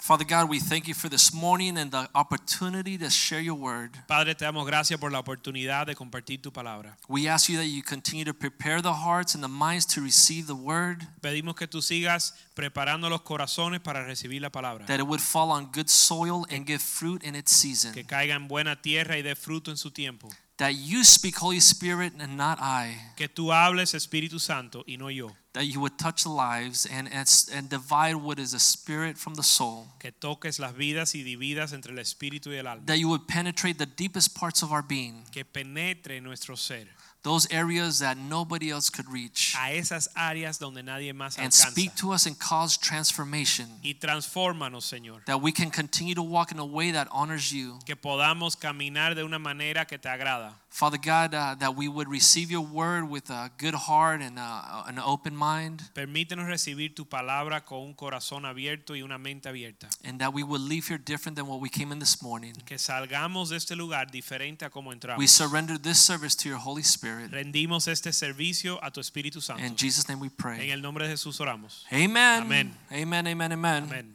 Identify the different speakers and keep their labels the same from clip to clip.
Speaker 1: Father God, we thank you for this morning and the opportunity to share your word.
Speaker 2: Padre, te damos gracias por la oportunidad de compartir tu palabra.
Speaker 1: We ask you that you continue to prepare the hearts and the minds to receive the word,
Speaker 2: Pedimos que tú sigas preparando los corazones para recibir la palabra,
Speaker 1: that it would fall on good soil and give fruit in its season.
Speaker 2: que caiga en buena tierra y dé fruto en su tiempo,
Speaker 1: That you speak, Holy Spirit, and not I.
Speaker 2: que tú hables Espíritu Santo y no yo,
Speaker 1: That you would touch the lives and, and, s- and divide what is a spirit from the soul.
Speaker 2: que toques las vidas y dividas entre el espíritu y el alma,
Speaker 1: That you would penetrate the deepest parts of our being,
Speaker 2: que penetre nuestro ser
Speaker 1: those areas that nobody else could reach,
Speaker 2: a esas áreas donde nadie más
Speaker 1: and speak
Speaker 2: alcanza
Speaker 1: to us and cause transformation.
Speaker 2: y transfórmanos, Señor,
Speaker 1: That we can continue to walk in a way that honors you.
Speaker 2: que podamos caminar de una manera que te agrada.
Speaker 1: Father God, uh, that we would receive your word with a good heart and uh, an open mind,
Speaker 2: Permítenos recibir tu palabra con un corazón abierto y una mente abierta.
Speaker 1: and that we would leave here different than what we came in this morning.
Speaker 2: que salgamos de este lugar diferente a como
Speaker 1: We
Speaker 2: entramos.
Speaker 1: surrender this service to your Holy Spirit.
Speaker 2: Rendimos este servicio a tu Espíritu
Speaker 1: In
Speaker 2: Santo.
Speaker 1: Jesus' name we
Speaker 2: En
Speaker 1: pray.
Speaker 2: el nombre de Jesús oramos.
Speaker 1: Amen.
Speaker 2: Amen.
Speaker 1: Amen. Amen. Amen.
Speaker 2: Amén.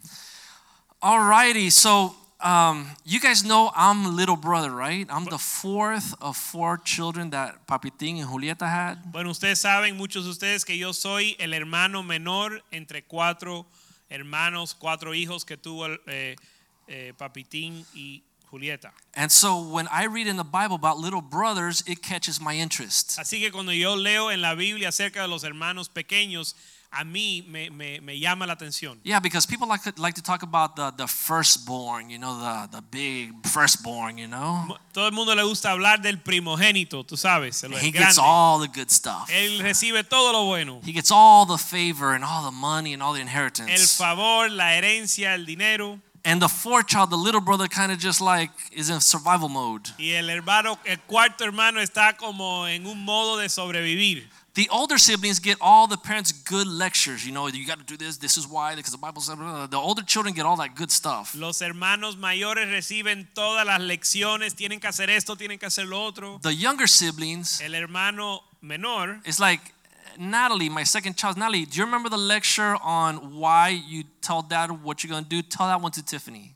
Speaker 1: Alrighty. So, um, you guys know I'm little brother, right? I'm the fourth of four children that Papitín and Julieta had.
Speaker 2: Bueno, ustedes saben, muchos de ustedes, que yo soy el hermano menor entre cuatro hermanos, cuatro hijos que tuvo el, eh, eh, Papitín y Julieta.
Speaker 1: And so, when I read in the Bible about little brothers, it catches my interest.
Speaker 2: Así que cuando yo leo en la Biblia acerca de los hermanos pequeños, a mí me, me- me llama la atención.
Speaker 1: Yeah, because people like to, like to talk about the, the firstborn, you know, the, the big firstborn, you know.
Speaker 2: Todo el mundo le gusta hablar del primogénito, tú sabes, el
Speaker 1: And he gets
Speaker 2: grande.
Speaker 1: all the good stuff.
Speaker 2: Él recibe todo lo bueno.
Speaker 1: He gets all the favor and all the money and all the
Speaker 2: el
Speaker 1: inheritance.
Speaker 2: favor, la herencia, el dinero
Speaker 1: And the fourth child, the little brother, kind of just like is in survival mode.
Speaker 2: y el hermano, el cuarto hermano está como en un modo de sobrevivir.
Speaker 1: The older siblings get all the parents' good lectures. You know, you got to do this. This is why, because the Bible says. blah, blah, blah. The older children get all that good stuff.
Speaker 2: Los hermanos mayores reciben todas las lecciones, tienen que hacer esto, tienen que hacer lo otro.
Speaker 1: The younger siblings,
Speaker 2: El hermano menor,
Speaker 1: it's like Natalie, my second child. Natalie, do you remember the lecture on why you tell dad what you're gonna do? Tell that one to Tiffany.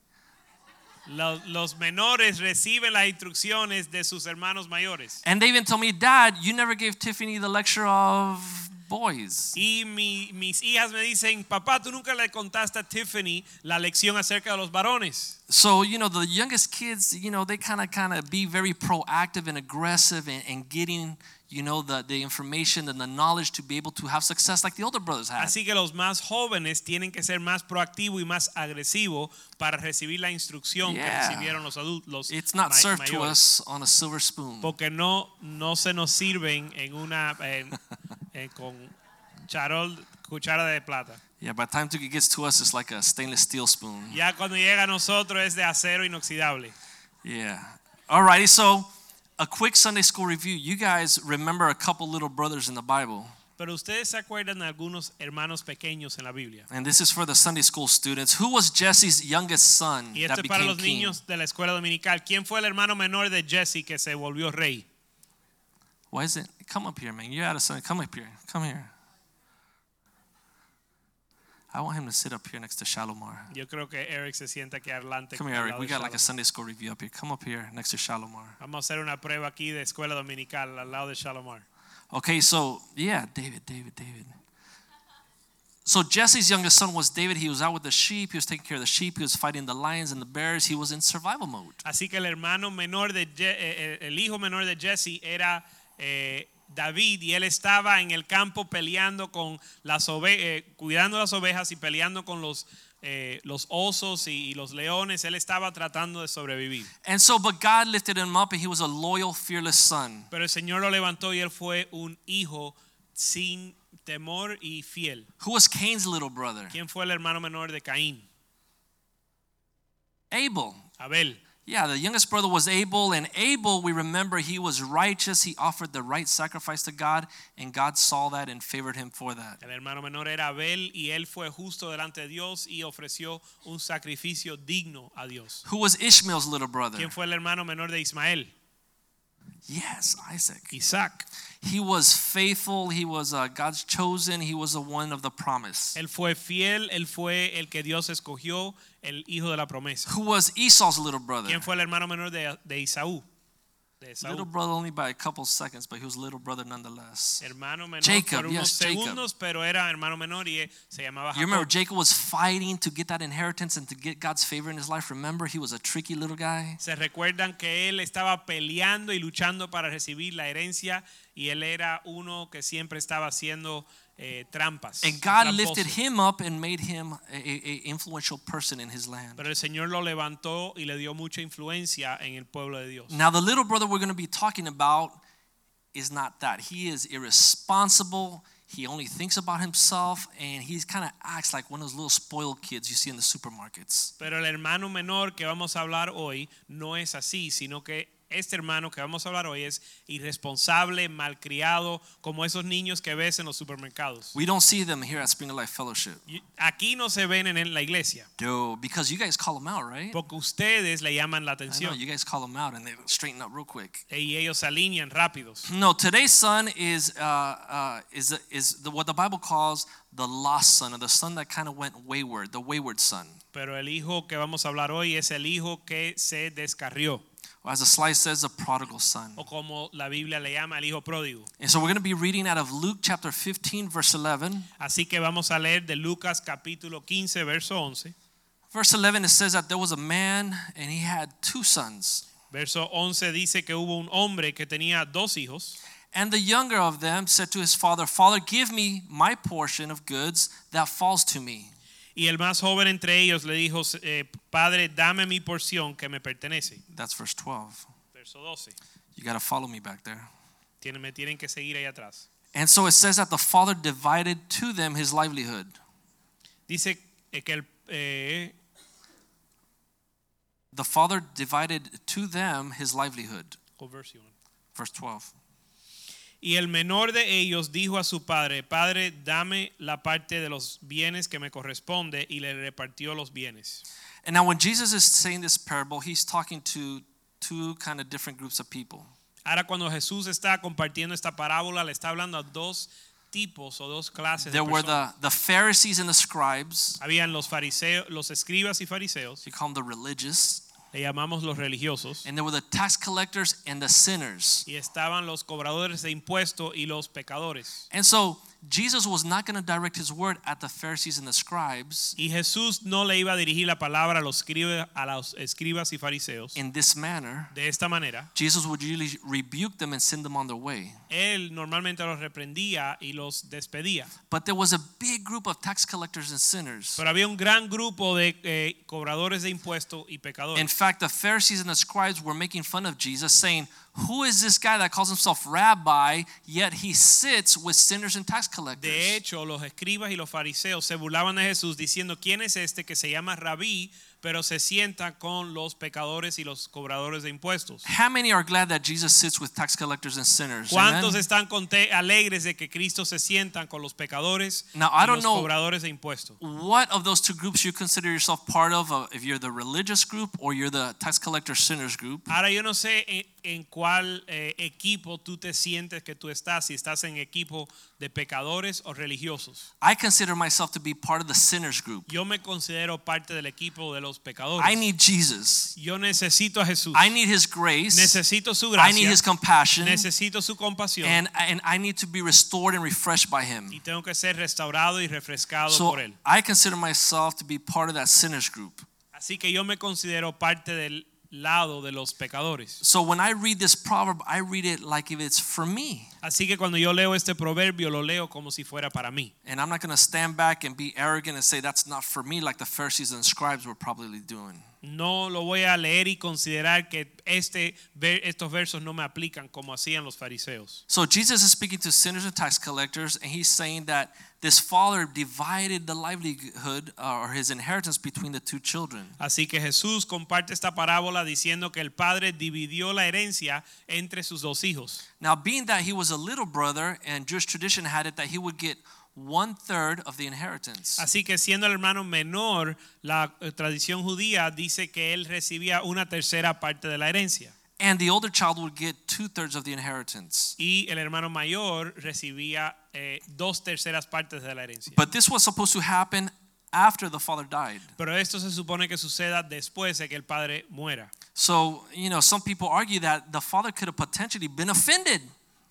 Speaker 2: lo- los, menores reciben las instrucciones de sus hermanos mayores.
Speaker 1: And they even told me, Dad, you never gave Tiffany the lecture of boys.
Speaker 2: Y mi- mis hijas me dicen, papá, tú nunca le contaste a Tiffany la lección acerca de los varones.
Speaker 1: So you know the youngest kids, you know they kind of kind of be very proactive and aggressive and, and getting you know the the information and the knowledge to be able to have success like the older brothers had.
Speaker 2: Así que los más jóvenes tienen que ser más proactivos y más agresivos para recibir la instrucción
Speaker 1: Yeah.
Speaker 2: que recibieron los adultos.
Speaker 1: It's not
Speaker 2: ma-
Speaker 1: served to
Speaker 2: mayores.
Speaker 1: us on a silver spoon.
Speaker 2: Porque no, no se nos sirven en una en- en- con charol, cuchara de plata.
Speaker 1: Yeah, by the time it gets to us, it's like a stainless steel spoon.
Speaker 2: Ya cuando llega a nosotros es de acero inoxidable.
Speaker 1: Yeah. Alrighty. So, a quick Sunday school review. You guys remember a couple little brothers in the Bible,
Speaker 2: Pero ustedes se acuerdan de algunos hermanos pequeños en la Biblia.
Speaker 1: and this is for the Sunday school students. Who was Jesse's youngest son
Speaker 2: Y esto
Speaker 1: that
Speaker 2: es para
Speaker 1: became
Speaker 2: los
Speaker 1: king?
Speaker 2: niños de la escuela dominical. ¿Quién fue el hermano menor de Jesse que se volvió rey?
Speaker 1: Why is it? Come up here, man. You're out of Sunday. Come up here. Come here. I want him to sit up here next to Shalomar.
Speaker 2: Yo creo que Eric se sienta aquí adelante.
Speaker 1: Come
Speaker 2: al
Speaker 1: here, Eric.
Speaker 2: lado
Speaker 1: We
Speaker 2: de
Speaker 1: got like a
Speaker 2: Salomón.
Speaker 1: Sunday school review up here. Come up here next to Shalomar.
Speaker 2: Vamos a hacer una prueba aquí de escuela dominical al lado de Shalomar.
Speaker 1: Okay, so yeah, David, David, David. So Jesse's youngest son was David. He was out with the sheep. He was taking care of the sheep. He was fighting the lions and the bears. He was in survival mode.
Speaker 2: Así que el hermano menor de Je- eh, eh, el hijo menor de Jesse era eh, David y él estaba en el campo peleando con las ove- eh, cuidando las ovejas y peleando con los eh, los osos y, y los leones. Él estaba tratando de sobrevivir.
Speaker 1: And so, but God lifted him up, and he was a loyal, fearless son.
Speaker 2: Pero el Señor lo levantó y él fue un hijo sin temor y fiel.
Speaker 1: Who was Cain's little brother?
Speaker 2: ¿Quién fue el hermano menor de Caín?
Speaker 1: Abel.
Speaker 2: Abel.
Speaker 1: Yeah, the youngest brother was Abel, and Abel, we remember, he was righteous. He offered the right sacrifice to God, and God saw that and favored him for that.
Speaker 2: El hermano menor era Abel y él fue justo delante de Dios y ofreció un sacrificio digno a Dios.
Speaker 1: Who was Ishmael's little brother?
Speaker 2: ¿Quién fue el hermano menor de Ismael?
Speaker 1: Yes, Isaac.
Speaker 2: Isaac.
Speaker 1: He was faithful. He was uh, God's chosen. He was the one of the promise.
Speaker 2: Él fue fiel, él fue el que Dios escogió, el hijo de la promesa.
Speaker 1: Who was Esau's little brother?
Speaker 2: ¿Quién fue el hermano menor de, de Isaú? De Esaú.
Speaker 1: Little brother only by a couple seconds, but he was little brother nonetheless.
Speaker 2: Hermano menor
Speaker 1: Jacob,
Speaker 2: por unos
Speaker 1: yes, Jacob.
Speaker 2: segundos, pero era hermano menor y eh, se llamaba
Speaker 1: You remember
Speaker 2: Jacob.
Speaker 1: Jacob was fighting to get that inheritance and to get God's favor in his life. Remember, he was a tricky little guy.
Speaker 2: Se recuerdan que él estaba peleando y luchando para recibir la herencia y él era uno que siempre estaba haciendo eh, trampas.
Speaker 1: And God
Speaker 2: tramposo.
Speaker 1: lifted him up and made him a, a- a influential person in his land.
Speaker 2: Pero el Señor lo levantó y le dio mucha influencia en el pueblo de Dios.
Speaker 1: Now, the little brother we're going to be talking about is not that. He is irresponsible. He only thinks about himself, and he kind of acts like one of those little spoiled kids you see in the supermarkets.
Speaker 2: Pero el hermano menor que vamos a hablar hoy no es así, sino que este hermano que vamos a hablar hoy es irresponsable, malcriado, como esos niños que ves en los supermercados.
Speaker 1: We don't see them here at Spring of Life Fellowship.
Speaker 2: Y Aquí no se ven en- en la iglesia,
Speaker 1: No, because you guys call them out, right?
Speaker 2: porque ustedes le llaman la
Speaker 1: I know,
Speaker 2: atención
Speaker 1: you guys call them out, and they straighten up real quick.
Speaker 2: y ellos se alinean rápidos.
Speaker 1: No, today's son is uh, uh, is is the, what the Bible calls the lost son, or the son that kind of went wayward, the wayward son.
Speaker 2: Pero el hijo que vamos a hablar hoy es el hijo que se descarrió,
Speaker 1: Or as the slide says, the prodigal son.
Speaker 2: o como la Biblia le llama, el hijo pródigo.
Speaker 1: And so we're going to be reading out of Luke chapter 15, verse 11.
Speaker 2: Así que vamos a leer de Lucas capítulo 15, verso 11.
Speaker 1: Verse 11, it says that there was a man and he had two sons.
Speaker 2: Verso 11 dice que hubo un hombre que tenía dos hijos.
Speaker 1: And the younger of them said to his father, Father, give me my portion of goods that falls to me.
Speaker 2: Y el más joven entre ellos le dijo, eh, Padre, dame mi porción que me pertenece.
Speaker 1: That's verse 12.
Speaker 2: Verso 12.
Speaker 1: You got to follow me back there.
Speaker 2: Tienen- me tienen que seguir ahí atrás.
Speaker 1: And so it says that the father divided to them his livelihood.
Speaker 2: Dice eh, que el, eh,
Speaker 1: The father divided to them his livelihood.
Speaker 2: conversión.
Speaker 1: Verse 12.
Speaker 2: Y el menor de ellos dijo a su padre, Padre, dame la parte de los bienes que me corresponde. Y le repartió los bienes.
Speaker 1: And now, when Jesus is saying this parable, he's talking to two kind of different groups of people.
Speaker 2: Ahora cuando Jesús está compartiendo esta parábola, le está hablando a dos tipos o dos clases
Speaker 1: There
Speaker 2: de
Speaker 1: were
Speaker 2: personas.
Speaker 1: the, the Pharisees and the scribes,
Speaker 2: Habían los fariseos, los escribas y fariseos,
Speaker 1: you call them the religious,
Speaker 2: le llamamos los religiosos,
Speaker 1: and there were the tax collectors and the sinners.
Speaker 2: y estaban los cobradores de impuestos y los pecadores.
Speaker 1: And so, Jesus was not going to direct his word at the Pharisees and the scribes
Speaker 2: Y Jesús no le iba a dirigir la palabra a los escribas, a los escribas y fariseos.
Speaker 1: in this manner.
Speaker 2: De esta manera,
Speaker 1: Jesus would usually rebuke them and send them on their way.
Speaker 2: él normalmente los reprendía y los despedía.
Speaker 1: But there was a big group of tax collectors and sinners.
Speaker 2: Pero había un gran grupo de eh, cobradores de impuestos y
Speaker 1: In
Speaker 2: pecadores.
Speaker 1: fact, the Pharisees and the scribes were making fun of Jesus, saying, Who is this guy that calls himself rabbi, yet he sits with sinners and tax
Speaker 2: De
Speaker 1: collectors?
Speaker 2: hecho, los escribas y los fariseos se burlaban de Jesús diciendo, ¿quién es este que se llama rabí, pero se sienta con los pecadores y los cobradores de impuestos?
Speaker 1: How many are glad that Jesus sits with tax collectors and sinners?
Speaker 2: ¿Cuántos
Speaker 1: Amen?
Speaker 2: están conte- alegres de que Cristo se sientan con los pecadores
Speaker 1: Now, I
Speaker 2: y
Speaker 1: don't
Speaker 2: los
Speaker 1: know-
Speaker 2: cobradores de impuestos?
Speaker 1: What of those two groups you consider yourself part of, uh, if you're the religious group or you're the tax collector sinners group?
Speaker 2: Ahora yo no sé en, en cuál eh, equipo tú te sientes que tú estás, si estás en equipo de pecadores o religiosos.
Speaker 1: I consider myself to be part of the sinners group.
Speaker 2: Yo me considero parte del equipo de los pecadores.
Speaker 1: I need Jesus.
Speaker 2: yo necesito a Jesús.
Speaker 1: I need his grace.
Speaker 2: necesito su
Speaker 1: I
Speaker 2: gracia.
Speaker 1: need his compassion.
Speaker 2: necesito su compasión.
Speaker 1: And, and I need to be restored and refreshed by him.
Speaker 2: y tengo que ser restaurado y refrescado
Speaker 1: So
Speaker 2: por él.
Speaker 1: I consider myself to be part of that sinners group.
Speaker 2: Así que yo me considero parte del lado de los pecadores.
Speaker 1: So when I read this proverb, I read it like if it's for me.
Speaker 2: Así que cuando yo leo este proverbio, lo leo como si fuera para mí.
Speaker 1: And I'm not going to stand back and be arrogant and say that's not for me, like the Pharisees and scribes were probably doing.
Speaker 2: no lo voy a leer y considerar que este, ver- estos versos no me aplican como hacían los fariseos.
Speaker 1: So Jesus is speaking to sinners and tax collectors, and he's saying that this father divided the livelihood uh, or his inheritance between the two children.
Speaker 2: Así que Jesús comparte esta parábola diciendo que el padre dividió la herencia entre sus dos hijos.
Speaker 1: Now, being that he was a little brother, and Jewish tradition had it that he would get one third of the inheritance.
Speaker 2: Así que siendo el hermano menor, la eh, tradición judía dice que él recibía una tercera parte de la herencia
Speaker 1: And the older child would get two thirds of the inheritance.
Speaker 2: y el hermano mayor recibía eh, dos terceras partes de la herencia.
Speaker 1: But this was supposed to happen after the father died.
Speaker 2: Pero esto se supone que suceda después de que el padre muera.
Speaker 1: So, you know, some people argue that the father could have potentially been offended.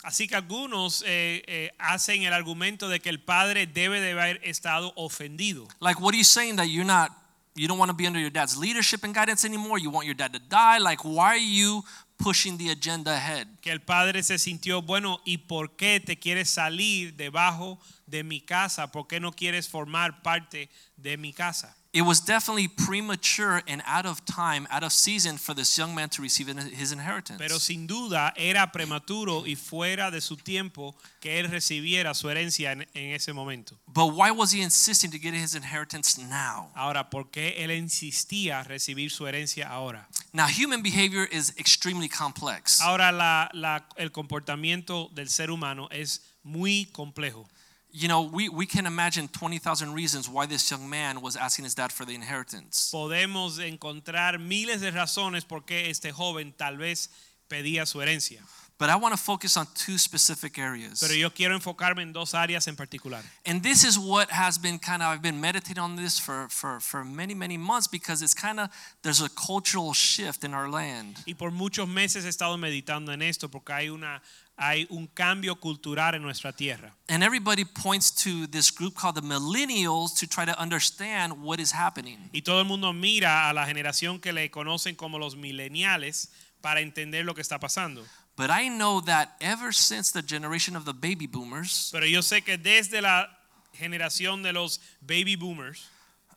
Speaker 2: Así que algunos eh, eh, hacen el argumento de que el padre debe de haber estado ofendido.
Speaker 1: Like, what are you saying that you're not, you don't want to be under your dad's leadership and guidance anymore? You want your dad to die? Like, why are you pushing the agenda ahead?
Speaker 2: Que el padre se sintió, bueno, ¿y por qué te quieres salir debajo de mi casa? ¿Por qué no quieres formar parte de mi casa?
Speaker 1: It was definitely premature and out of time, out of season for this young man to receive his inheritance.
Speaker 2: Pero sin duda era prematuro y fuera de su tiempo que él recibiera su herencia en, en ese momento.
Speaker 1: but why was he insisting to get his inheritance now?
Speaker 2: Ahora, ¿por qué él insistía a recibir su herencia ahora?
Speaker 1: Now, human behavior is extremely complex.
Speaker 2: Ahora la- la- el comportamiento del ser humano es muy complejo.
Speaker 1: You know, we, we can imagine 20,000 reasons why this young man was asking his dad for the inheritance.
Speaker 2: Podemos encontrar miles de razones por qué este joven tal vez pedía su herencia.
Speaker 1: But I want to focus on two specific areas.
Speaker 2: Pero yo quiero enfocarme en dos áreas en particular.
Speaker 1: And this is what has been kind of, I've been meditating on this for, for, for many, many months because it's kind of, there's a cultural shift in our land.
Speaker 2: Y por muchos meses he estado meditando en esto porque hay, una, hay un cambio cultural en nuestra tierra.
Speaker 1: And everybody points to this group called the millennials to try to understand what is happening.
Speaker 2: Y todo el mundo mira a la generación que le conocen como los mileniales para entender lo que está pasando.
Speaker 1: But I know that ever since the generation of the baby boomers,
Speaker 2: Pero yo sé que desde la generación de los baby boomers,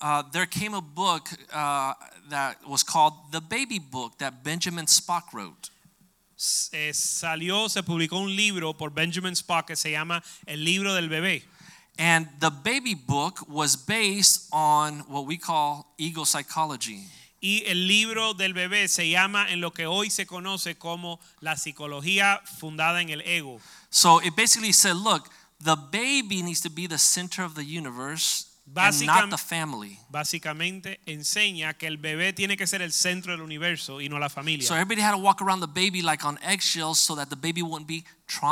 Speaker 1: uh, there came a book uh, that was called The Baby Book that Benjamin Spock wrote.
Speaker 2: s- eh, salió, se publicó un libro por Benjamin Spock que se llama El libro del bebé.
Speaker 1: And the baby book was based on what we call ego psychology.
Speaker 2: Y el libro del bebé se llama en lo que hoy se conoce como la psicología fundada en el ego.
Speaker 1: So it basically said, look, the baby needs to be the center of the universe and not
Speaker 2: Básicam-
Speaker 1: the family.
Speaker 2: Básicamente enseña que el bebé tiene que ser el centro del universo y no la familia.
Speaker 1: So everybody had to walk around the baby like on eggshells so that the baby wouldn't be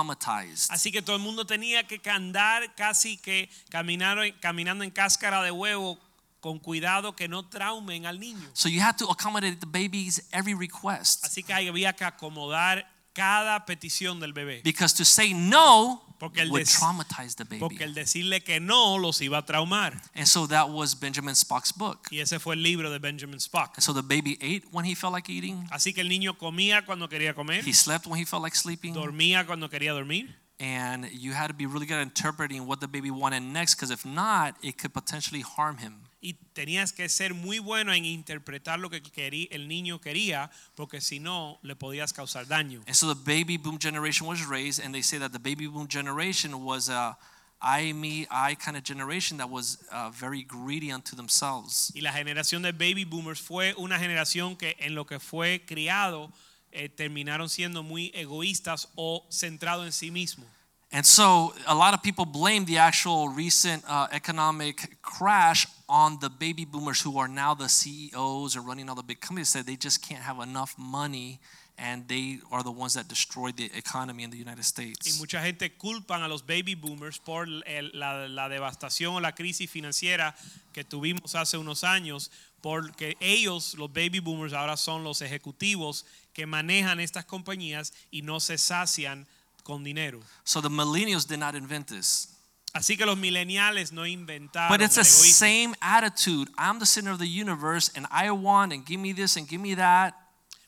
Speaker 1: traumatized.
Speaker 2: Así que todo el mundo tenía que andar casi que caminar, caminando en cáscara de huevo con cuidado que no traumen al niño.
Speaker 1: So you had to accommodate the baby's every request.
Speaker 2: Así que había que acomodar cada petición del bebé.
Speaker 1: Because to say no
Speaker 2: Porque el
Speaker 1: would
Speaker 2: des-
Speaker 1: traumatize the baby.
Speaker 2: Porque el decirle que no los iba a traumar.
Speaker 1: And so that was Benjamin Spock's book.
Speaker 2: Y ese fue el libro de Benjamin Spock.
Speaker 1: And so the baby ate when he felt like eating.
Speaker 2: Así que el niño comía cuando quería comer,
Speaker 1: He slept when he felt like sleeping.
Speaker 2: dormía cuando quería dormir.
Speaker 1: and you had to be really good at interpreting what the baby wanted next because if not it could potentially harm him
Speaker 2: Y tenías que ser muy bueno en interpretar lo que querí- el niño quería, porque si no, le podías causar daño.
Speaker 1: and so the baby boom generation was raised and they say that the baby boom generation was a i me i kind of generation that was uh, very greedy unto themselves
Speaker 2: Y la generación de baby boomers fue una generación que en lo que fue criado eh, terminaron siendo muy egoístas o centrados en sí mismo.
Speaker 1: and so a lot of people blame the actual recent uh, economic crash on the baby boomers who are now the ceos and running all the big companies said they just can't have enough money and they are the ones that destroyed the economy in the united states
Speaker 2: Y mucha gente culpan a los baby boomers por el- la, la devastación o la crisis financiera que tuvimos hace unos años, porque ellos, los baby boomers, ahora son los ejecutivos que manejan estas compañías y no se sacian con dinero.
Speaker 1: So the millennials did not invent this.
Speaker 2: Así que los mileniales no inventaron
Speaker 1: But it's
Speaker 2: el
Speaker 1: the
Speaker 2: egoísmo.
Speaker 1: same attitude. I'm the center of the universe and I want and give me this and give me that.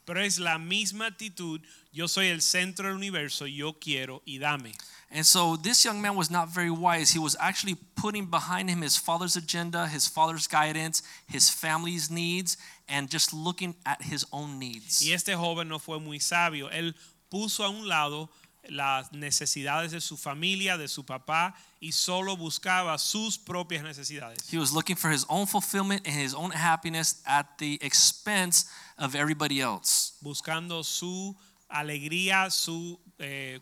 Speaker 2: pero es la misma actitud, yo soy el centro del universo, yo quiero y dame.
Speaker 1: And so this young man was not very wise. He was actually putting behind him his father's agenda, his father's guidance, his family's needs, and just looking at his own needs.
Speaker 2: Y este joven no fue muy sabio. Él puso a un lado las necesidades de su familia, de su papá, y solo buscaba sus propias necesidades.
Speaker 1: He was looking for his own fulfillment and his own happiness at the expense of everybody else.
Speaker 2: Buscando su alegría, su, eh,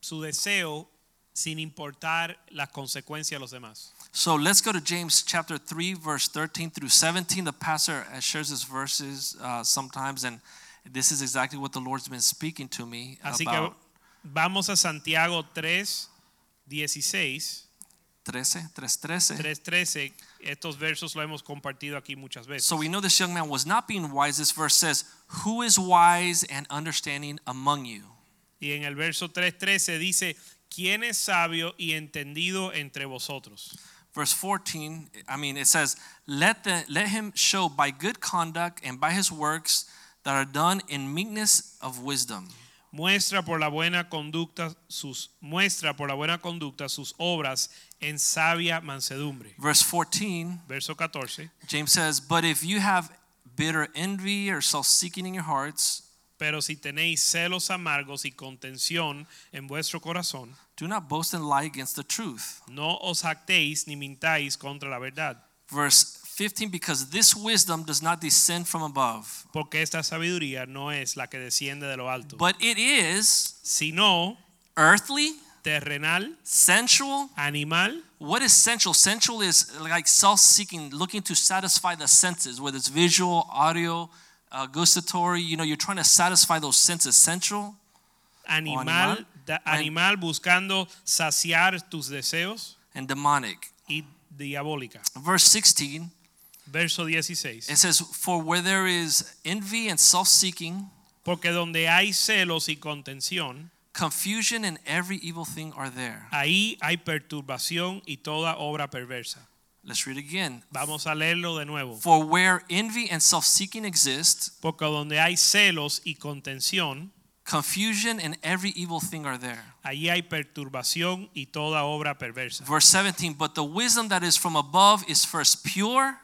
Speaker 2: su deseo, sin importar las consecuencias de los demás.
Speaker 1: So let's go to James chapter 3, verse 13 through 17. The pastor uh, shares his verses uh, sometimes, and this is exactly what the Lord's been speaking to me
Speaker 2: Así que
Speaker 1: about.
Speaker 2: vamos a Santiago 3, 16,
Speaker 1: 13, 3:13.
Speaker 2: 3, 13. Estos versos lo hemos compartido aquí muchas veces.
Speaker 1: So we know this young man was not being wise. This verse says, Who is wise and understanding among you?
Speaker 2: Y en el verso 3:13 dice, ¿quién es sabio y entendido entre vosotros?
Speaker 1: Verse 14, I mean, it says, let, the, let him show by good conduct and by his works that are done in meekness of wisdom.
Speaker 2: Muestra por la buena conducta sus muestra por la buena conducta sus obras en sabia mansedumbre.
Speaker 1: Verse 14,
Speaker 2: Verso 14.
Speaker 1: James says, But if you have bitter envy or self seeking in your hearts,
Speaker 2: Pero si tenéis celos amargos y contención en vuestro corazón,
Speaker 1: do not boast and lie against the truth.
Speaker 2: no os jactéis ni mintáis contra la verdad,
Speaker 1: Verse 15, Because this wisdom does not descend from above,
Speaker 2: porque esta sabiduría no es la que desciende de lo alto,
Speaker 1: but it is
Speaker 2: sino
Speaker 1: earthly,
Speaker 2: terrenal,
Speaker 1: sensual.
Speaker 2: animal
Speaker 1: What is sensual? Sensual is like self seeking, looking to satisfy the senses, whether it's visual, audio, uh, gustatory. You know, you're trying to satisfy those senses. Sensual,
Speaker 2: animal,
Speaker 1: animal.
Speaker 2: da- animal buscando saciar tus deseos
Speaker 1: and demonic.
Speaker 2: y diabólica.
Speaker 1: Verse 16,
Speaker 2: Verso
Speaker 1: it
Speaker 2: 16.
Speaker 1: says, For where there is envy and self seeking,
Speaker 2: Porque donde hay celos y contención,
Speaker 1: confusion and every evil thing are there.
Speaker 2: ahí hay perturbación y toda obra perversa.
Speaker 1: Let's read again.
Speaker 2: Vamos a leerlo de nuevo.
Speaker 1: For where envy and self seeking exist,
Speaker 2: Porque donde hay celos y contención,
Speaker 1: confusion and every evil thing are there.
Speaker 2: ahí hay perturbación y toda obra perversa.
Speaker 1: Verse 17, But the wisdom that is from above is first pure.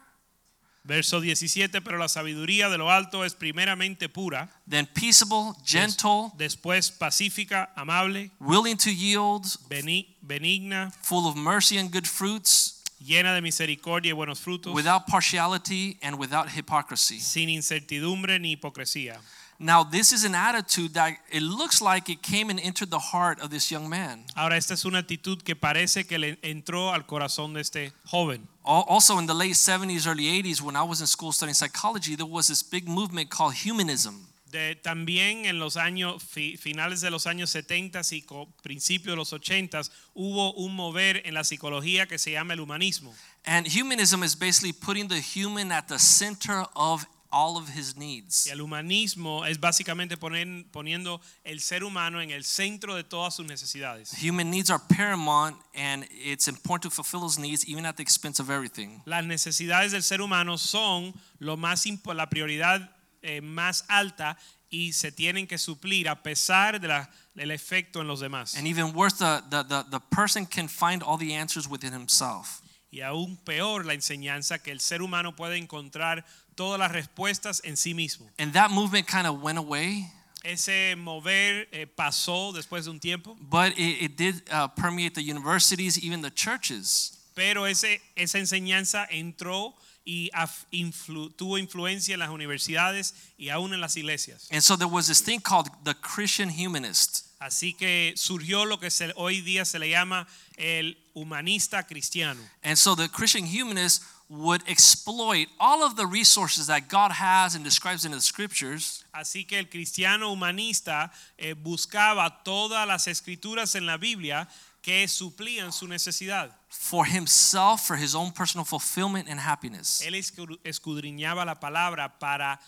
Speaker 2: Verso 17, pero la sabiduría de lo alto es primeramente pura,
Speaker 1: then peaceable, gentle,
Speaker 2: después pacífica, amable,
Speaker 1: willing to yield,
Speaker 2: beni- benigna,
Speaker 1: full of mercy and good fruits,
Speaker 2: llena de misericordia y buenos frutos,
Speaker 1: without partiality and without hypocrisy.
Speaker 2: sin incertidumbre ni hipocresía.
Speaker 1: Now, this is an attitude that it looks like it came and entered the heart of this young man.
Speaker 2: Ahora, esta es una actitud que parece que le entró al corazón de este joven.
Speaker 1: Al- Also, in the late 70s, early 80s, when I was in school studying psychology, there was this big movement called humanism.
Speaker 2: De- también en los años fi- finales de los años 70 y co- principios de los 80 hubo un mover en la psicología que se llama el humanismo.
Speaker 1: And humanism is basically putting the human at the center of all of his
Speaker 2: Y
Speaker 1: needs.
Speaker 2: el humanismo es básicamente poner- poniendo el ser humano en el centro de todas sus necesidades.
Speaker 1: Human needs are paramount, and it's important to fulfill those needs even at the expense of everything.
Speaker 2: Las necesidades del ser humano son lo más impo- la prioridad eh, más alta y se tienen que suplir a pesar de la- del efecto en los demás.
Speaker 1: And even worse, the, the, the, the person can find all the answers within himself.
Speaker 2: Y aún peor la enseñanza que el ser humano puede encontrar todas las respuestas en sí mismo.
Speaker 1: And that movement kind of went away,
Speaker 2: Ese mover eh, pasó después de un tiempo,
Speaker 1: but it, it did uh, permeate the universities, even the churches.
Speaker 2: pero ese, esa enseñanza entró y af- influ- tuvo influencia en las universidades y aún en las iglesias.
Speaker 1: And so there was this thing called the Christian humanist.
Speaker 2: Así que surgió lo que se- hoy día se le llama el humanista cristiano.
Speaker 1: And so the Christian humanist would exploit all of the resources that God has and describes in the scriptures
Speaker 2: Así que el cristiano humanista eh, buscaba todas las escrituras en la Biblia que suplían su necesidad.
Speaker 1: for himself, for his own personal fulfillment and happiness.
Speaker 2: Él escu- escudriñaba la palabra para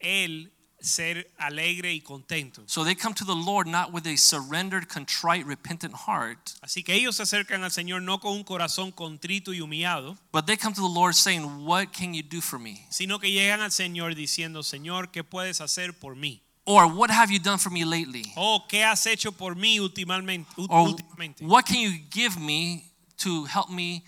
Speaker 2: él ser alegre y contento.
Speaker 1: So they come to the Lord not with a surrendered, contrite, repentant heart,
Speaker 2: Así que ellos se acercan al Señor no con un corazón contrito y humillado,
Speaker 1: But they come to the Lord saying, What can you do for me?
Speaker 2: sino que llegan al Señor diciendo, Señor, ¿qué puedes hacer por mí?
Speaker 1: Or what have you done for me lately?
Speaker 2: Oh, ¿qué has hecho por mí últimamente? ú-
Speaker 1: Or
Speaker 2: últimamente?
Speaker 1: what can you give me to help me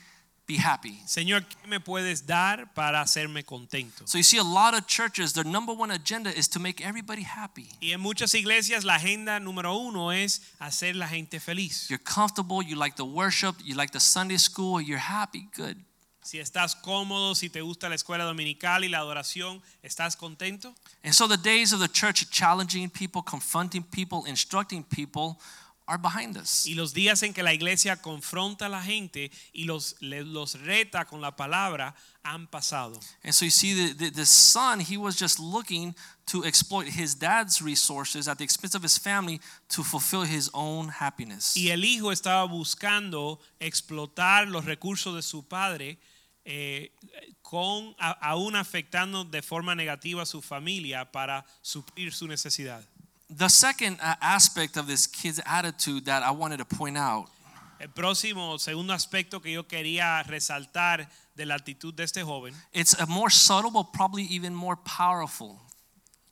Speaker 1: be happy.
Speaker 2: Señor, ¿qué me puedes dar para hacerme contento?
Speaker 1: So you see, a lot of churches, their number one agenda is to make everybody happy.
Speaker 2: Y en muchas iglesias la agenda número uno es hacer la gente feliz.
Speaker 1: You're comfortable, you like the worship, you like the Sunday school, you're happy, good.
Speaker 2: Si estás cómodo, si te gusta la escuela dominical y la adoración, ¿estás contento?
Speaker 1: And so the days of the church challenging people, confronting people, instructing people are behind us.
Speaker 2: Y los días en que la iglesia confronta a la gente y los, le- los reta con la palabra han pasado.
Speaker 1: And so you see, the, the, the son, he was just looking to exploit his dad's resources at the expense of his family to fulfill his own happiness.
Speaker 2: Y el hijo estaba buscando explotar los recursos de su padre, eh, con, a- aún afectando de forma negativa a su familia para suplir su necesidad.
Speaker 1: The second uh, aspect of this kid's attitude that I wanted to point out
Speaker 2: El próximo, segundo aspecto que yo quería resaltar de la actitud de este joven
Speaker 1: It's a more subtle, but probably even more powerful.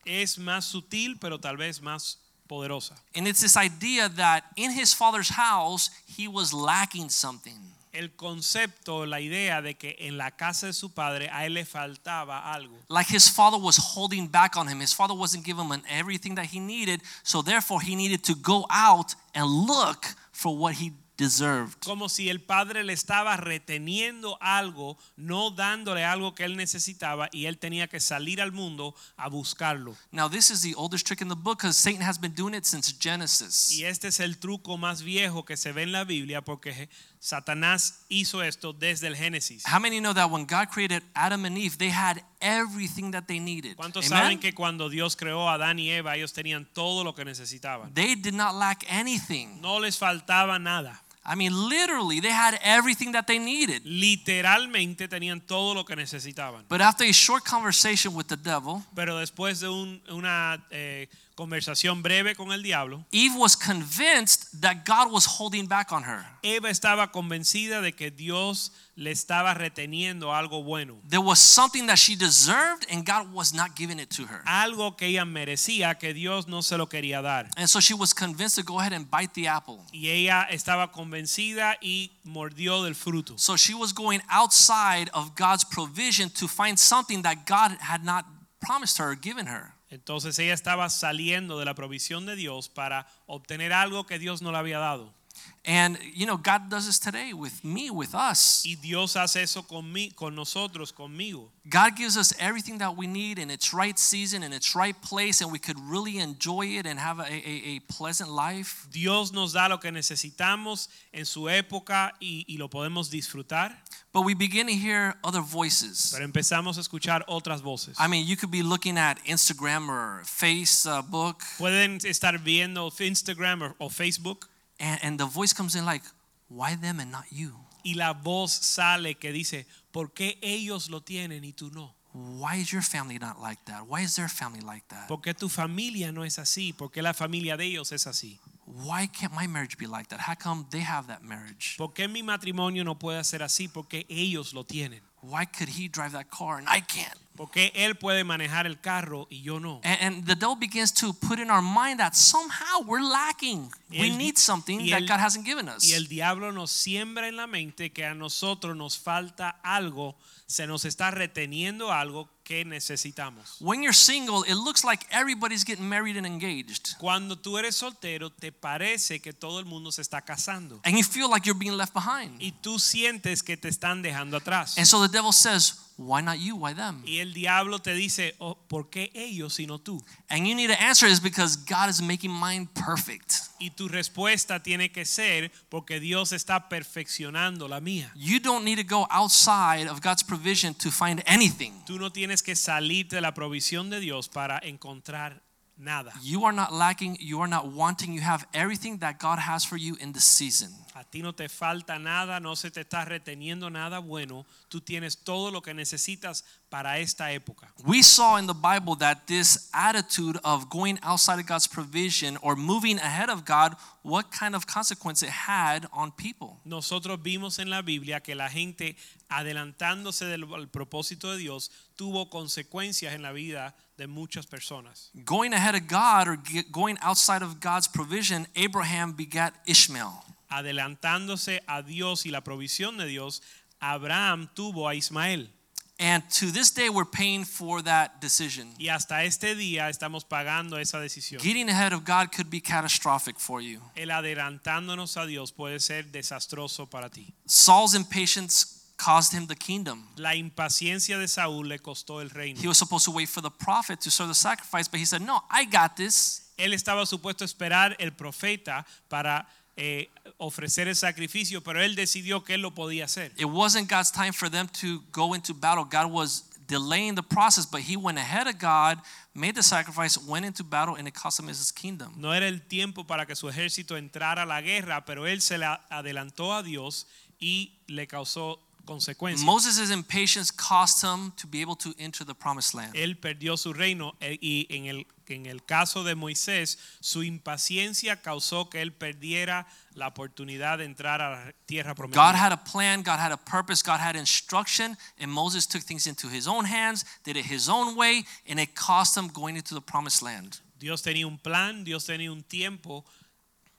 Speaker 2: es más sutil, pero tal vez más poderosa.
Speaker 1: And it's this idea that in his father's house, he was lacking something.
Speaker 2: El concepto, la idea de que en la casa de su padre a él le faltaba algo.
Speaker 1: Like his father was holding back on him. His father wasn't giving him everything that he needed. So therefore, he needed to go out and look for what he deserved.
Speaker 2: Como si el padre le estaba reteniendo algo, no dándole algo que él necesitaba y él tenía que salir al mundo a buscarlo.
Speaker 1: Now, this is the oldest trick in the book because Satan has been doing it since Genesis.
Speaker 2: Y este es el truco más viejo que se ve en la Biblia porque Satanás hizo esto desde el Génesis.
Speaker 1: How many know that when God created Adam and Eve, they had everything that they needed?
Speaker 2: ¿Cuántos
Speaker 1: Amen?
Speaker 2: saben que cuando Dios creó a Adán y Eva, ellos tenían todo lo que necesitaban?
Speaker 1: They did not lack anything.
Speaker 2: No les faltaba nada.
Speaker 1: I mean, literally, they had everything that they needed.
Speaker 2: Literalmente tenían todo lo que necesitaban.
Speaker 1: But after a short conversation with the devil,
Speaker 2: Pero después de un- una eh, conversación breve con el diablo,
Speaker 1: Eve was convinced that God was holding back on her.
Speaker 2: Eva estaba convencida de que Dios le estaba reteniendo algo bueno,
Speaker 1: There was something that she deserved, and God was not giving it to her.
Speaker 2: algo que ella merecía que Dios no se lo quería dar.
Speaker 1: And so she was convinced to go ahead and bite the apple.
Speaker 2: Y ella estaba convencida y mordió del fruto.
Speaker 1: So she was going outside of God's provision to find something that God had not promised her or given her.
Speaker 2: Entonces ella estaba saliendo de la provisión de Dios para obtener algo que Dios no le había dado.
Speaker 1: And, you know, God does this today with me, with us.
Speaker 2: Y Dios hace eso con, mí- con nosotros, conmigo.
Speaker 1: God gives us everything that we need in its right season, in its right place, and we could really enjoy it and have a, a, a pleasant life.
Speaker 2: Dios nos da lo que necesitamos en su época y, y lo podemos disfrutar,
Speaker 1: But we begin to hear other voices.
Speaker 2: pero empezamos a escuchar otras voces.
Speaker 1: I mean, you could be looking at Instagram or Facebook,
Speaker 2: Pueden estar viendo Instagram o, o Facebook
Speaker 1: and, and the voice comes in like, why them and not you?
Speaker 2: y la voz sale que dice, ¿por qué ellos lo tienen y tú no?
Speaker 1: Why is your family not like that? Why is their family like that?
Speaker 2: ¿Por qué tu familia no es así? ¿Por qué la familia de ellos es así?
Speaker 1: Why can't my marriage be like that? How come they have that marriage?
Speaker 2: ¿Por qué mi matrimonio no puede ser así? Porque ellos lo tienen.
Speaker 1: Why could he drive that car and I can't?
Speaker 2: ¿Por qué él puede manejar el carro y yo no?
Speaker 1: And, and the devil begins to put in our mind that somehow we're lacking.
Speaker 2: Y
Speaker 1: we
Speaker 2: el-
Speaker 1: need something
Speaker 2: y
Speaker 1: that
Speaker 2: el-
Speaker 1: God hasn't given us.
Speaker 2: Y el diablo nos siembra en la mente que a nosotros nos falta algo, se nos está reteniendo algo que necesitamos.
Speaker 1: when you're single, it looks like everybody's getting married and engaged.
Speaker 2: Cuando tú eres soltero, te parece que todo el mundo se está casando
Speaker 1: And you feel like you're being left behind.
Speaker 2: y tú sientes que te están dejando atrás.
Speaker 1: And so the devil says, Why not you? Why them?
Speaker 2: Y el diablo te dice, oh, ¿por qué ellos y no tú?
Speaker 1: And you need to answer is because God is making mine perfect.
Speaker 2: Y tu respuesta tiene que ser porque Dios está perfeccionando la mía.
Speaker 1: You don't need to go outside of God's provision to find anything.
Speaker 2: Tú no tienes que salirte de la provisión de Dios para encontrar nada.
Speaker 1: You are not lacking, you are not wanting, you have everything that God has for you in this season.
Speaker 2: A ti no te falta nada, no se te está reteniendo nada bueno. Tú tienes todo lo que necesitas para esta época.
Speaker 1: We saw in the Bible that this attitude of going outside of God's provision or moving ahead of God, what kind of consequence it had on people.
Speaker 2: Nosotros vimos en la Biblia que la gente adelantándose del al propósito de Dios tuvo consecuencias en la vida de muchas personas.
Speaker 1: Going ahead of God or ge- going outside of God's provision, Abraham begat Ishmael.
Speaker 2: Adelantándose a Dios y la provisión de Dios, Abraham tuvo a Ismael.
Speaker 1: And to this day, we're paying for that decision.
Speaker 2: Y hasta este día estamos pagando esa decisión.
Speaker 1: Getting ahead of God could be catastrophic for you.
Speaker 2: El adelantándonos a Dios puede ser desastroso para ti.
Speaker 1: Saul's impatience caused him the kingdom.
Speaker 2: La impaciencia de Saúl le costó el reino.
Speaker 1: He was supposed to wait for the prophet to serve the sacrifice, but he said, No, I got this.
Speaker 2: Él estaba supuesto a esperar el profeta para eh, ofrecer el sacrificio, pero él decidió que él lo podía hacer.
Speaker 1: It wasn't God's time for them to go into battle. God was delaying the process, but he went ahead of God, made the sacrifice, went into battle, and it cost him his kingdom.
Speaker 2: No era el tiempo para que su ejército entrara a la guerra, pero él se la adelantó a Dios y le causó consecuencias.
Speaker 1: Moses' impatience cost him to be able to enter the promised land.
Speaker 2: Él perdió su reino eh, y en el, en el caso de Moisés, su impaciencia causó que él perdiera la oportunidad de entrar a la tierra
Speaker 1: God
Speaker 2: prometida.
Speaker 1: had a plan, God had a purpose, God had instruction, and Moses took things into his own hands, did it his own way, and it cost him going into the promised land.
Speaker 2: Dios tenía un plan, Dios tenía un tiempo.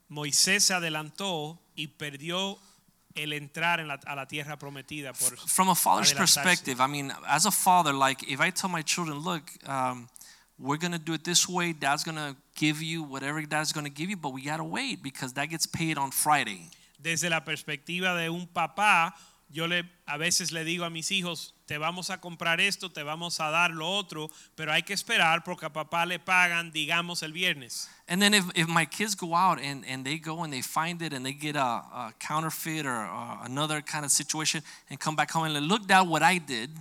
Speaker 2: Moisés se adelantó y perdió el entrar en la- a la tierra prometida por
Speaker 1: From a father's
Speaker 2: Adelantarse.
Speaker 1: perspective, I mean, as a father, like if I tell my children, look, um, we're gonna do it this way, dad's gonna give you whatever dad's gonna give you, but we gotta wait because that gets paid on Friday.
Speaker 2: desde la perspectiva de un papá, yo le a veces le digo a mis hijos, te vamos a comprar esto, te vamos a dar lo otro, pero hay que esperar porque a papá le pagan, digamos, el viernes.
Speaker 1: And then if, if my kids go out and, and they go and they find it and they get a, a counterfeit or uh another kind of situation and come back home and like, look dad what I did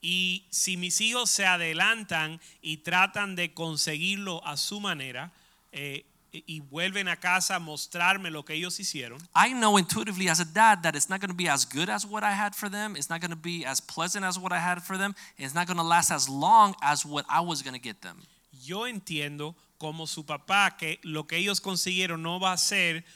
Speaker 2: Y si mis hijos se adelantan y tratan de conseguirlo a su manera eh, y y vuelven a casa a mostrarme lo que ellos hicieron,
Speaker 1: I know intuitively as a dad that it's not going to be as good as what I had for them it's not going to be as pleasant as what I had for them and it's not going to last as long as what I was going to get them
Speaker 2: yo entiendo como su papá que lo que ellos consiguieron no va a ser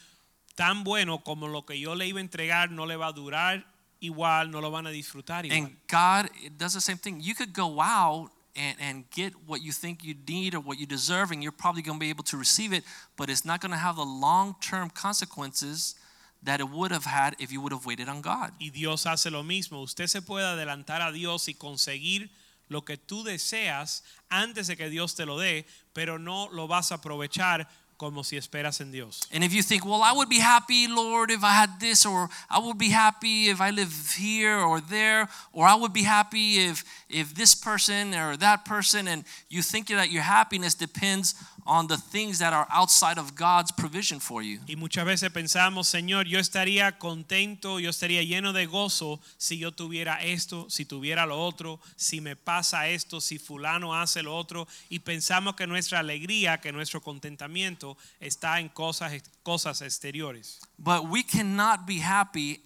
Speaker 2: tan bueno como lo que yo le iba a entregar, no le va a durar igual, no lo van a disfrutar igual.
Speaker 1: and God it does the same thing you could go out and, and get what you think you need or what you deserve and you're probably going to be able to receive it but it's not going to have the long-term consequences that it would have had if you would have waited on God
Speaker 2: y Dios hace lo mismo. Usted se puede adelantar a Dios y conseguir lo que tú deseas antes de que Dios te lo dé, pero no lo vas a aprovechar como si esperas en Dios.
Speaker 1: And if you think, well, I would be happy, Lord, if I had this, or I would be happy if I live here or there, or I would be happy if if this person or that person, and you think that your happiness depends on the things that are outside of God's provision for you.
Speaker 2: Y muchas veces pensamos, Señor, yo estaría contento, yo estaría lleno de gozo si yo tuviera esto, si tuviera lo otro, si me pasa esto, si fulano hace lo otro. Y pensamos que nuestra alegría, que nuestro contentamiento está en cosas, cosas exteriores.
Speaker 1: But we cannot be happy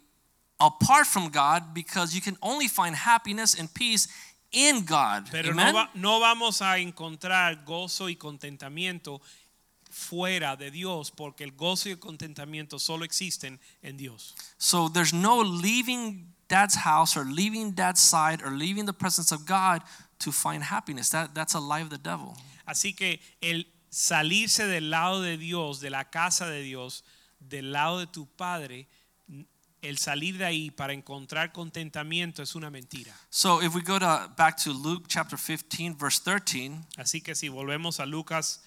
Speaker 1: apart from God because you can only find happiness and peace in God.
Speaker 2: Pero no,
Speaker 1: Amen?
Speaker 2: va- no vamos a encontrar gozo y contentamiento fuera de Dios, porque el gozo y el contentamiento solo existen en Dios.
Speaker 1: So there's no leaving dad's house or leaving dad's side or leaving the presence of God to find happiness. That, that's a lie of the devil.
Speaker 2: Así que el salirse del lado de Dios, de la casa de Dios, del lado de tu Padre, el salir de ahí para encontrar contentamiento es una mentira.
Speaker 1: So if we go to back to Luke chapter 15 verse 13,
Speaker 2: Así que si volvemos a Lucas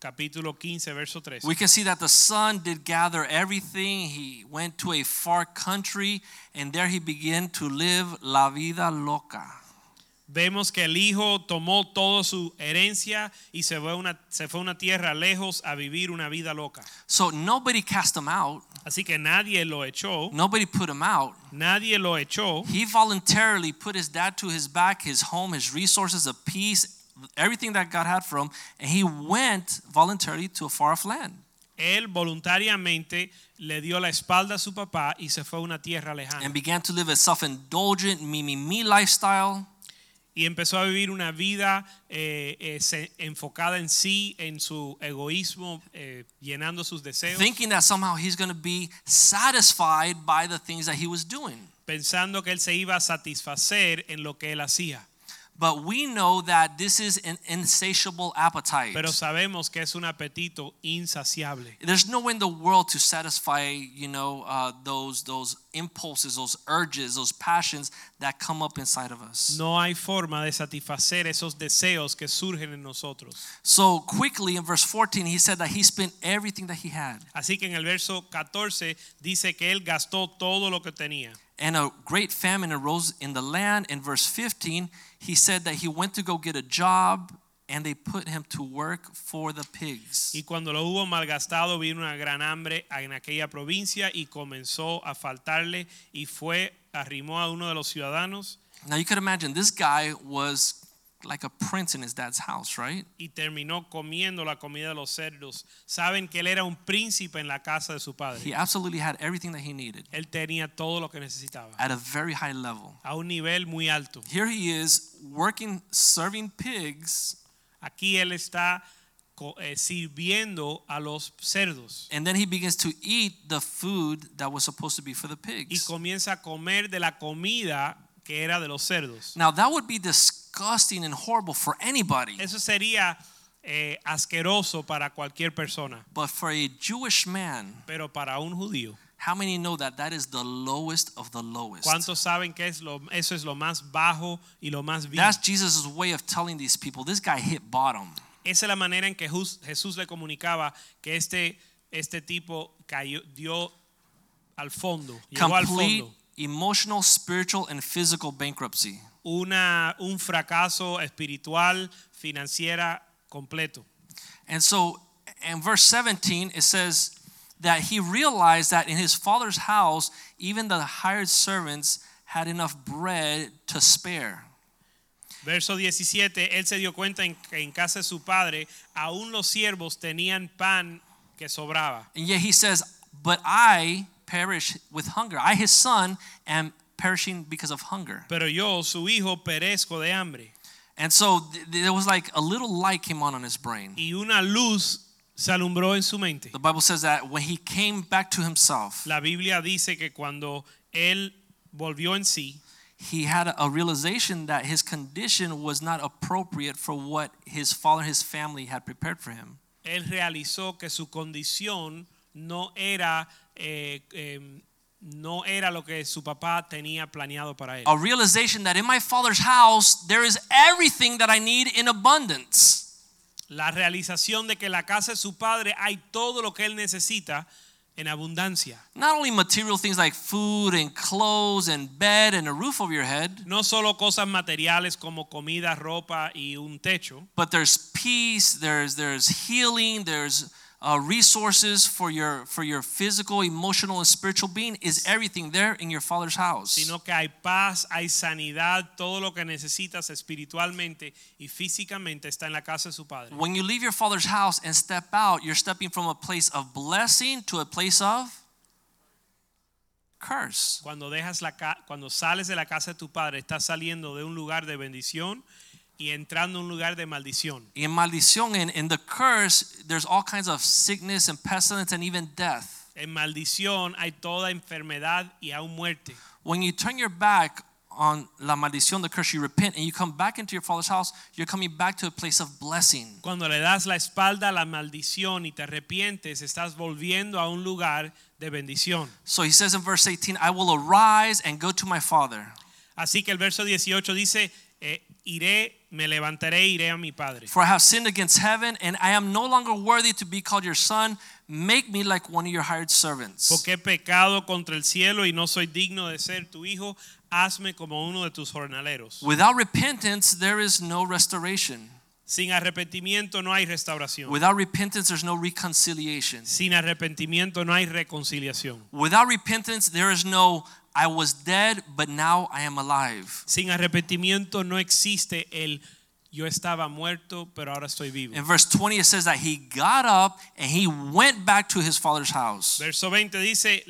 Speaker 2: capítulo 15, verso 3.
Speaker 1: we can see that the son did gather everything. He went to a far country and there he began to live la vida loca.
Speaker 2: Vemos que el hijo tomó toda su herencia y se fue, a una, se fue a una tierra lejos a vivir una vida loca.
Speaker 1: So nobody cast him out.
Speaker 2: Así que nadie lo echó,
Speaker 1: Nobody put him out.
Speaker 2: nadie lo echó.
Speaker 1: He voluntarily put his dad to his back, his home, his resources, a peace, everything that God had for him, and he went voluntarily to a far off land.
Speaker 2: Él voluntariamente le dio la espalda a su papá y se fue a una tierra
Speaker 1: And
Speaker 2: lejana.
Speaker 1: began to live a self-indulgent me me me lifestyle.
Speaker 2: Y empezó a vivir una vida eh, eh, se- enfocada en sí, en su egoísmo, eh, llenando sus deseos,
Speaker 1: Thinking that somehow he's going to be satisfied by the things that he was doing.
Speaker 2: pensando que él se iba a satisfacer en lo que él hacía.
Speaker 1: But we know that this is an insatiable appetite.
Speaker 2: pero sabemos que es un apetito insaciable.
Speaker 1: There's no way in the world to satisfy, you know, uh, those those impulses, those urges, those passions that come up inside of us.
Speaker 2: No hay forma de satisfacer esos deseos que surgen en nosotros.
Speaker 1: So quickly in verse 14, he said that he spent everything that he had,
Speaker 2: Así que en el verso 14 dice que él gastó todo lo que tenía.
Speaker 1: and a great famine arose in the land. In verse 15, he said that he went to go get a job, and they put him to work for the pigs.
Speaker 2: Y cuando lo hubo malgastado, vino una gran hambre en aquella provincia y comenzó a faltarle y fue, arrimó a uno de los ciudadanos
Speaker 1: Now you could imagine this guy was like a prince in his dad's house, right?
Speaker 2: y terminó comiendo la comida de los cerdos. Saben que él era un príncipe en la casa de su
Speaker 1: He
Speaker 2: padre.
Speaker 1: absolutely had everything that he needed
Speaker 2: Él tenía todo lo que necesitaba
Speaker 1: at a very high level.
Speaker 2: a un nivel muy alto.
Speaker 1: Here he is working, serving pigs,
Speaker 2: Aquí él está co- eh, sirviendo a los cerdos
Speaker 1: and then he begins to eat the food that was supposed to be for the
Speaker 2: y
Speaker 1: pigs.
Speaker 2: comienza a comer de la comida que era de los cerdos.
Speaker 1: Now that would be disgusting and horrible for anybody.
Speaker 2: Eso sería eh, asqueroso para cualquier persona.
Speaker 1: But for a Jewish man,
Speaker 2: Pero para un judío,
Speaker 1: how many know that that is the lowest of the lowest?
Speaker 2: ¿cuántos saben que es lo, eso es lo más bajo y lo más vil?
Speaker 1: That's Jesus' way of telling these people this guy hit bottom.
Speaker 2: Esa es la manera en que Jus- Jesús le comunicaba que este, este tipo cayó, dio al fondo, llegó al
Speaker 1: Complete
Speaker 2: fondo.
Speaker 1: emotional, spiritual, and physical bankruptcy.
Speaker 2: Una, un fracaso espiritual, financiera completo.
Speaker 1: And so in verse 17, it says that he realized that in his father's house, even the hired servants had enough bread to spare.
Speaker 2: Verso 17, él se dio cuenta en que en casa de su padre aún los siervos tenían pan que sobraba.
Speaker 1: And yet he says, But I perish with hunger. I, his son, am perishing because of hunger.
Speaker 2: Pero yo, su hijo, perezco de hambre.
Speaker 1: And so th- there was like a little light came on on his brain.
Speaker 2: Y una luz se alumbró en su mente.
Speaker 1: The Bible says that when he came back to himself,
Speaker 2: La Biblia dice que cuando él volvió en sí,
Speaker 1: he had a- a realization that his condition was not appropriate for what his father, his family had prepared for him.
Speaker 2: él realizó que su condición no era, eh, eh, no era lo que su papá tenía planeado para él.
Speaker 1: a realization that in my father's house there is everything that I need in abundance.
Speaker 2: La realización de que en la casa de su padre hay todo lo que él necesita en abundancia.
Speaker 1: Not only material things like food and clothes and bed and a roof over your head,
Speaker 2: No solo cosas materiales como comida, ropa y un techo,
Speaker 1: but there's peace, there's there's healing, there's uh, resources for your for your physical, emotional, and spiritual being is everything there in your father's house.
Speaker 2: sino que hay paz, hay sanidad, todo lo que necesitas espiritualmente y físicamente está en la casa de su padre.
Speaker 1: When you leave your father's house and step out, you're stepping from a place of blessing to a place of curse.
Speaker 2: Cuando dejas la ca- cuando sales de la casa de tu padre, estás saliendo de un lugar de bendición y entrando a un lugar de maldición.
Speaker 1: In maldición, in, in the curse, there's all kinds of sickness and pestilence and even death.
Speaker 2: En maldición hay toda enfermedad y aún muerte.
Speaker 1: When you turn your back on la maldición, the curse, you repent and you come back into your father's house, you're coming back to a place of blessing.
Speaker 2: Cuando le das la espalda a la maldición y te arrepientes, estás volviendo a un lugar de bendición.
Speaker 1: So he says in verse 18, I will arise and go to my father,
Speaker 2: Así que el verso 18 dice, eh, iré, me levantaré, e iré a mi padre.
Speaker 1: for I have sinned against heaven and I am no longer worthy to be called your son. Make me like one of your hired servants.
Speaker 2: Porque he pecado contra el cielo y no soy digno de ser tu hijo, hazme como uno de tus jornaleros.
Speaker 1: Without repentance, there is no restoration.
Speaker 2: Sin arrepentimiento no hay restauración.
Speaker 1: Without repentance, there's no reconciliation.
Speaker 2: Sin arrepentimiento no hay reconciliación.
Speaker 1: Without repentance, there is no I was dead, but now I am alive.
Speaker 2: Sin arrepentimiento no existe el yo estaba muerto, pero ahora estoy vivo.
Speaker 1: In verse 20, it says that he got up and he went back to his father's house.
Speaker 2: Verso 20 dice,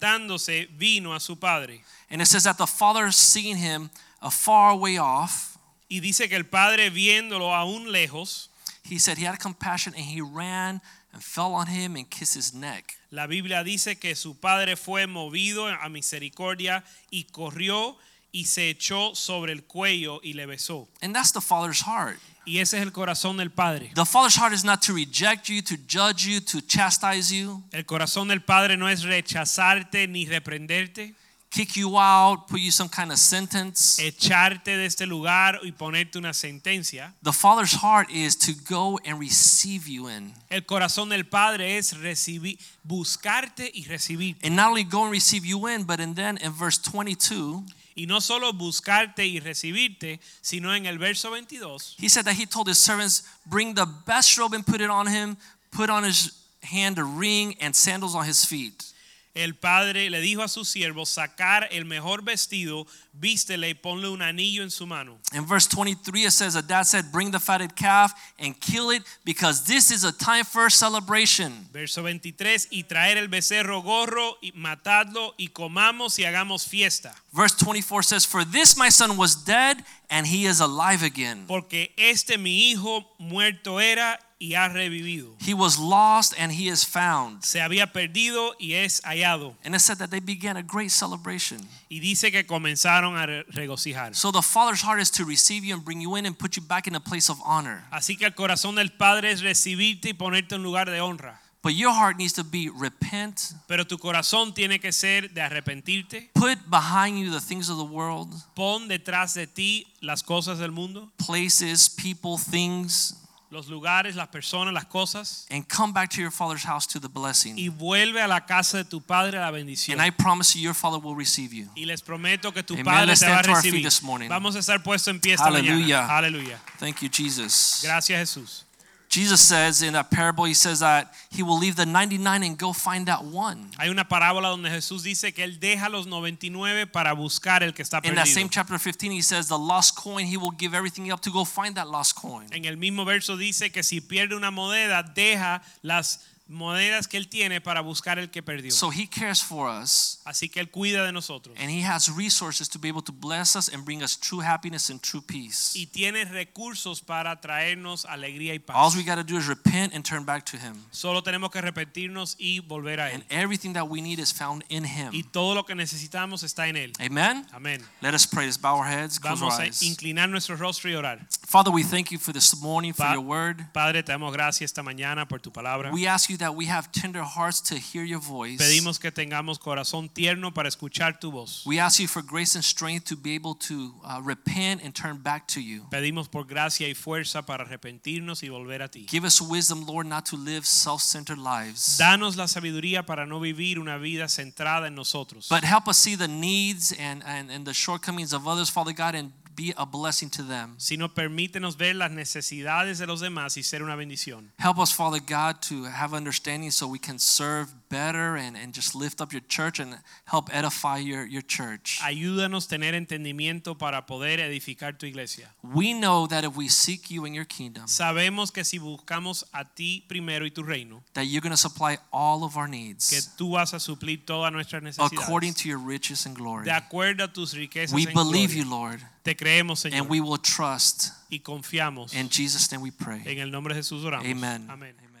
Speaker 2: levantándose vino a su padre.
Speaker 1: And it says that the father, seeing him a far way off,
Speaker 2: Y dice que el padre viéndolo aún lejos,
Speaker 1: he said he had compassion and he ran and fell on him and kissed his neck.
Speaker 2: La Biblia dice que su padre fue movido a misericordia y corrió y se echó sobre el cuello y le besó.
Speaker 1: And that's the father's heart.
Speaker 2: Y ese es el corazón del Padre.
Speaker 1: The father's heart is not to reject you, to judge you, to chastise you,
Speaker 2: El corazón del Padre no es rechazarte ni reprenderte,
Speaker 1: kick you out, put you some kind of sentence.
Speaker 2: echarte de este lugar y ponerte una sentencia.
Speaker 1: The father's heart is to go and receive you in.
Speaker 2: El corazón del Padre es recibir, buscarte y recibir.
Speaker 1: And not only go and receive you in, but and then in verse 22,
Speaker 2: Y no solo buscarte y recibirte, sino en el verso 22,
Speaker 1: he said that he told his servants, Bring the best robe and put it on him, put on his hand a ring and sandals on his feet.
Speaker 2: el Padre le dijo a sus siervos, sacar el mejor vestido, vístele y ponle un anillo en su mano.
Speaker 1: In verse 23, it says that dad said, Bring the fatted calf and kill it because this is a time for celebration.
Speaker 2: Verso 23, y traer el becerro gorro, y matadlo y comamos y hagamos fiesta.
Speaker 1: Verse 24 says, For this my son was dead and he is alive again.
Speaker 2: Porque este mi hijo muerto era y ha revivido.
Speaker 1: He was lost and he is found.
Speaker 2: Se había perdido y es hallado.
Speaker 1: And it said that they began a great celebration.
Speaker 2: Y dice que comenzaron a re- regocijarse.
Speaker 1: So the father's heart is to receive you and bring you in and put you back in a place of honor.
Speaker 2: Así que el corazón del Padre es recibirte y ponerte en lugar de honra.
Speaker 1: But your heart needs to be repent,
Speaker 2: Pero tu corazón tiene que ser de arrepentirte.
Speaker 1: put behind you the things of the world,
Speaker 2: Pon detrás de ti las cosas del mundo,
Speaker 1: places, people, things,
Speaker 2: los lugares, las personas, las cosas.
Speaker 1: and come back to your father's house to the blessing.
Speaker 2: Y vuelve a la casa de tu Padre a la bendición.
Speaker 1: And I promise you, your Father will receive you.
Speaker 2: Y les prometo que tu
Speaker 1: Amen.
Speaker 2: Padre
Speaker 1: Let's
Speaker 2: te va a
Speaker 1: stand to our feet
Speaker 2: recibir.
Speaker 1: this morning.
Speaker 2: Vamos a estar puesto en pie esta
Speaker 1: Hallelujah.
Speaker 2: mañana. Aleluya.
Speaker 1: Thank you, Jesus.
Speaker 2: Gracias Jesús.
Speaker 1: Jesus says in that parable, he says that he will leave the 99 and go find that one.
Speaker 2: Hay una parábola donde Jesús dice que él deja los 99 para buscar el que está
Speaker 1: In
Speaker 2: perdido.
Speaker 1: that same chapter 15, he says the lost coin, he will give everything up to go find that lost coin.
Speaker 2: en el mismo verso dice que si pierde una moneda, deja las monedas que él tiene para buscar el que perdió.
Speaker 1: So he cares for us
Speaker 2: Así que él cuida de nosotros
Speaker 1: and he has resources to be able to bless us and bring us true happiness and true peace.
Speaker 2: y tiene recursos para traernos alegría y
Speaker 1: All
Speaker 2: paz.
Speaker 1: we got to do is repent and turn back to him.
Speaker 2: Solo tenemos que arrepentirnos y volver a
Speaker 1: And
Speaker 2: él.
Speaker 1: everything that we need is found in
Speaker 2: Y
Speaker 1: him.
Speaker 2: todo lo que necesitamos está en él.
Speaker 1: Amen.
Speaker 2: Amén.
Speaker 1: Let us pray. Let's bow our heads, close our
Speaker 2: Vamos a
Speaker 1: eyes.
Speaker 2: inclinar nuestro rostro y orar.
Speaker 1: Father, we thank you for this morning, for
Speaker 2: Pa-
Speaker 1: your word.
Speaker 2: Padre, te damos gracias esta mañana por tu palabra.
Speaker 1: We ask you that we have tender hearts to hear your voice.
Speaker 2: Pedimos que tengamos corazón tierno para escuchar tu voz.
Speaker 1: We ask you for grace and strength to be able to uh, repent and turn back to you.
Speaker 2: Pedimos por gracia y fuerza para arrepentirnos y volver a ti.
Speaker 1: Give us wisdom, Lord, not to live self centered lives,
Speaker 2: Danos la sabiduría para no vivir una vida centrada en nosotros,
Speaker 1: but help us see the needs and, and, and the shortcomings of others, Father God, and be a blessing to them.
Speaker 2: sino permítenos ver las necesidades de los demás y ser una bendición.
Speaker 1: Help us, Father God, to have understanding so we can serve better and, and just lift up your church and help edify your, your church.
Speaker 2: Ayúdanos a tener entendimiento para poder edificar tu iglesia.
Speaker 1: We know that if we seek you in your kingdom,
Speaker 2: Sabemos que si buscamos a ti primero y tu reino,
Speaker 1: that you're going to supply all of our
Speaker 2: que
Speaker 1: needs
Speaker 2: tú vas a suplir todas nuestras
Speaker 1: according
Speaker 2: necesidades.
Speaker 1: to your riches and glory.
Speaker 2: De acuerdo a tus riquezas,
Speaker 1: We
Speaker 2: en
Speaker 1: believe you,
Speaker 2: gloria.
Speaker 1: Lord,
Speaker 2: te creemos, Señor,
Speaker 1: and we will trust.
Speaker 2: y confiamos.
Speaker 1: In Jesus' name we pray.
Speaker 2: En el nombre de Jesús oramos.
Speaker 1: Amen.
Speaker 2: Amén.